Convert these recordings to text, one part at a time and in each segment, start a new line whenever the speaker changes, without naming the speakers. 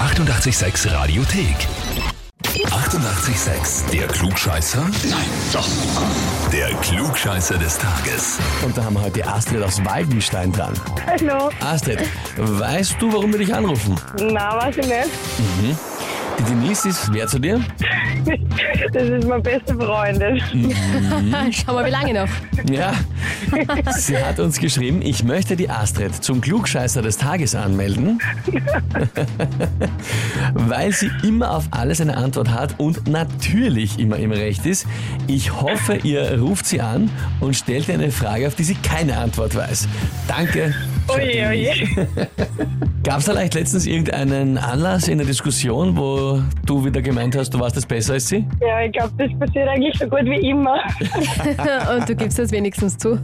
886 Radiothek. 88,6. Der Klugscheißer? Nein, doch. Der Klugscheißer des Tages.
Und da haben wir heute Astrid aus Waldenstein dran.
Hallo.
Astrid, weißt du, warum wir dich anrufen?
Na, weiß ich nicht.
Die Denise ist wer zu dir?
Das ist mein beste Freundin.
Schau mal, wie lange noch.
Ja. Sie hat uns geschrieben, ich möchte die Astrid zum Klugscheißer des Tages anmelden, weil sie immer auf alles eine Antwort hat und natürlich immer im Recht ist. Ich hoffe, ihr ruft sie an und stellt ihr eine Frage, auf die sie keine Antwort weiß. Danke.
Oje, oje.
Gab es da vielleicht letztens irgendeinen Anlass in der Diskussion, wo du wieder gemeint hast, du warst es besser als sie?
Ja, ich glaube, das passiert eigentlich so gut wie immer.
Und du gibst das wenigstens zu.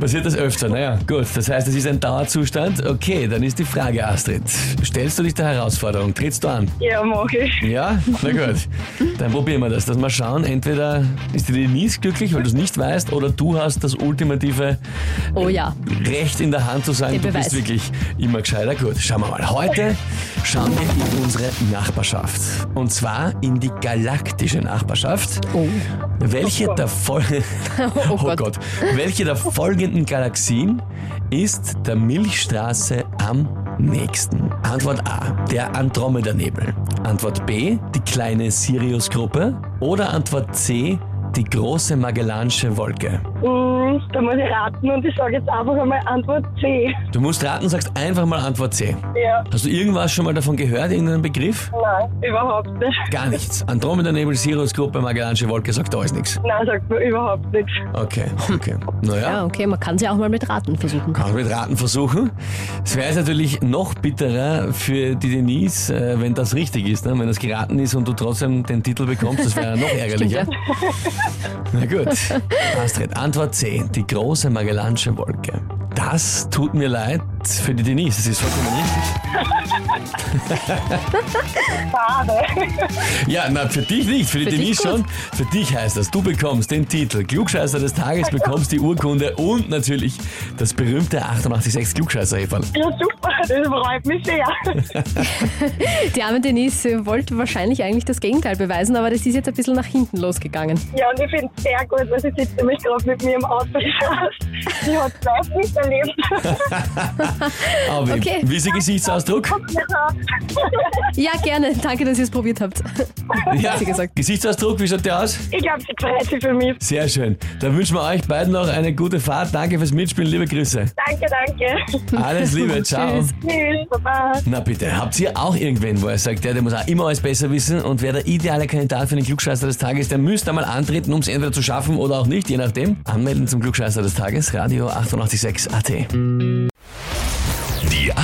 Passiert das öfter? Naja, gut. Das heißt, es ist ein Dauerzustand. Okay, dann ist die Frage, Astrid. Stellst du dich der Herausforderung? Trittst du an?
Ja, mach ich.
Ja? Na gut. Dann probieren wir das. Dass wir schauen, entweder ist die Denise glücklich, weil du es nicht weißt, oder du hast das ultimative
Oh ja.
Recht in der Hand zu sein.
Den
du
Beweis.
bist wirklich immer gescheiter. Gut, schauen wir mal. Heute schauen wir in unsere Nachbarschaft. Und zwar in die galaktische Nachbarschaft.
Oh.
Welche der Fol
Oh
Oh
Gott.
Gott. Welche der folgenden Galaxien ist der Milchstraße am nächsten? Antwort A, der Andromeda-Nebel. Antwort B, die kleine Sirius-Gruppe. Oder Antwort C, die große Magellansche Wolke.
Mm, da muss ich raten und ich sage jetzt einfach einmal Antwort C.
Du musst raten, sagst einfach mal Antwort C.
Ja,
Hast du irgendwas schon mal davon gehört, irgendeinen Begriff?
nein, überhaupt nicht.
Gar nichts. Andromeda-Nebel, Sirius-Gruppe, Magellansche Wolke, sagt alles nichts.
Nein, sagt mir überhaupt nichts.
Okay, okay. Naja,
Ja, okay, man kann sie auch mal mit Raten versuchen.
Kann man mit Raten versuchen. Es wäre jetzt natürlich noch bitterer für die Denise, äh, wenn das richtig ist, ne? wenn das geraten ist und du trotzdem den Titel bekommst. Das wäre noch ärgerlicher.
Stimmt,
Na gut. Astrid, Antwort C, die große Magellansche Wolke. Das tut mir leid für die Denise. Das ist vollkommen richtig.
Schade.
Ja, na, für dich nicht, für die
Für dich
Denise
gut.
schon. Für dich heißt das, du bekommst den Titel Klugscheißer des Tages, bekommst die Urkunde und natürlich das berühmte 886 klugscheißer -Häferl.
Ja, super. Das freut mich sehr.
Die arme Denise wollte wahrscheinlich eigentlich das Gegenteil beweisen, aber das ist jetzt ein bisschen nach hinten losgegangen.
Ja, und ich finde es sehr gut, weil sie sitzt nämlich gerade mit mir im Auto. Sie hat es live miterlebt.
Aber
Okay.
wie ist Ihr Gesichtsausdruck?
Ja, gerne. Danke, dass ihr es probiert habt.
Ja,
Hat sie gesagt.
Gesichtsausdruck, wie schaut der aus?
Ich glaube, sie freut sich für mich.
Sehr schön. Dann wünschen wir euch beiden noch eine gute Fahrt. Danke fürs Mitspielen, liebe Grüße.
Danke, danke.
Alles Liebe, ciao.
Tschüss.
Tschüss, Baba.
Na bitte, habt ihr auch irgendwen, wo er sagt, der, der muss auch immer alles besser wissen und wer der ideale Kandidat für den Klugscheißer des Tages, der müsste einmal antreten, um es entweder zu schaffen oder auch nicht, je nachdem. Anmelden zum Klugscheißer des Tages, Radio 886 AT.
Die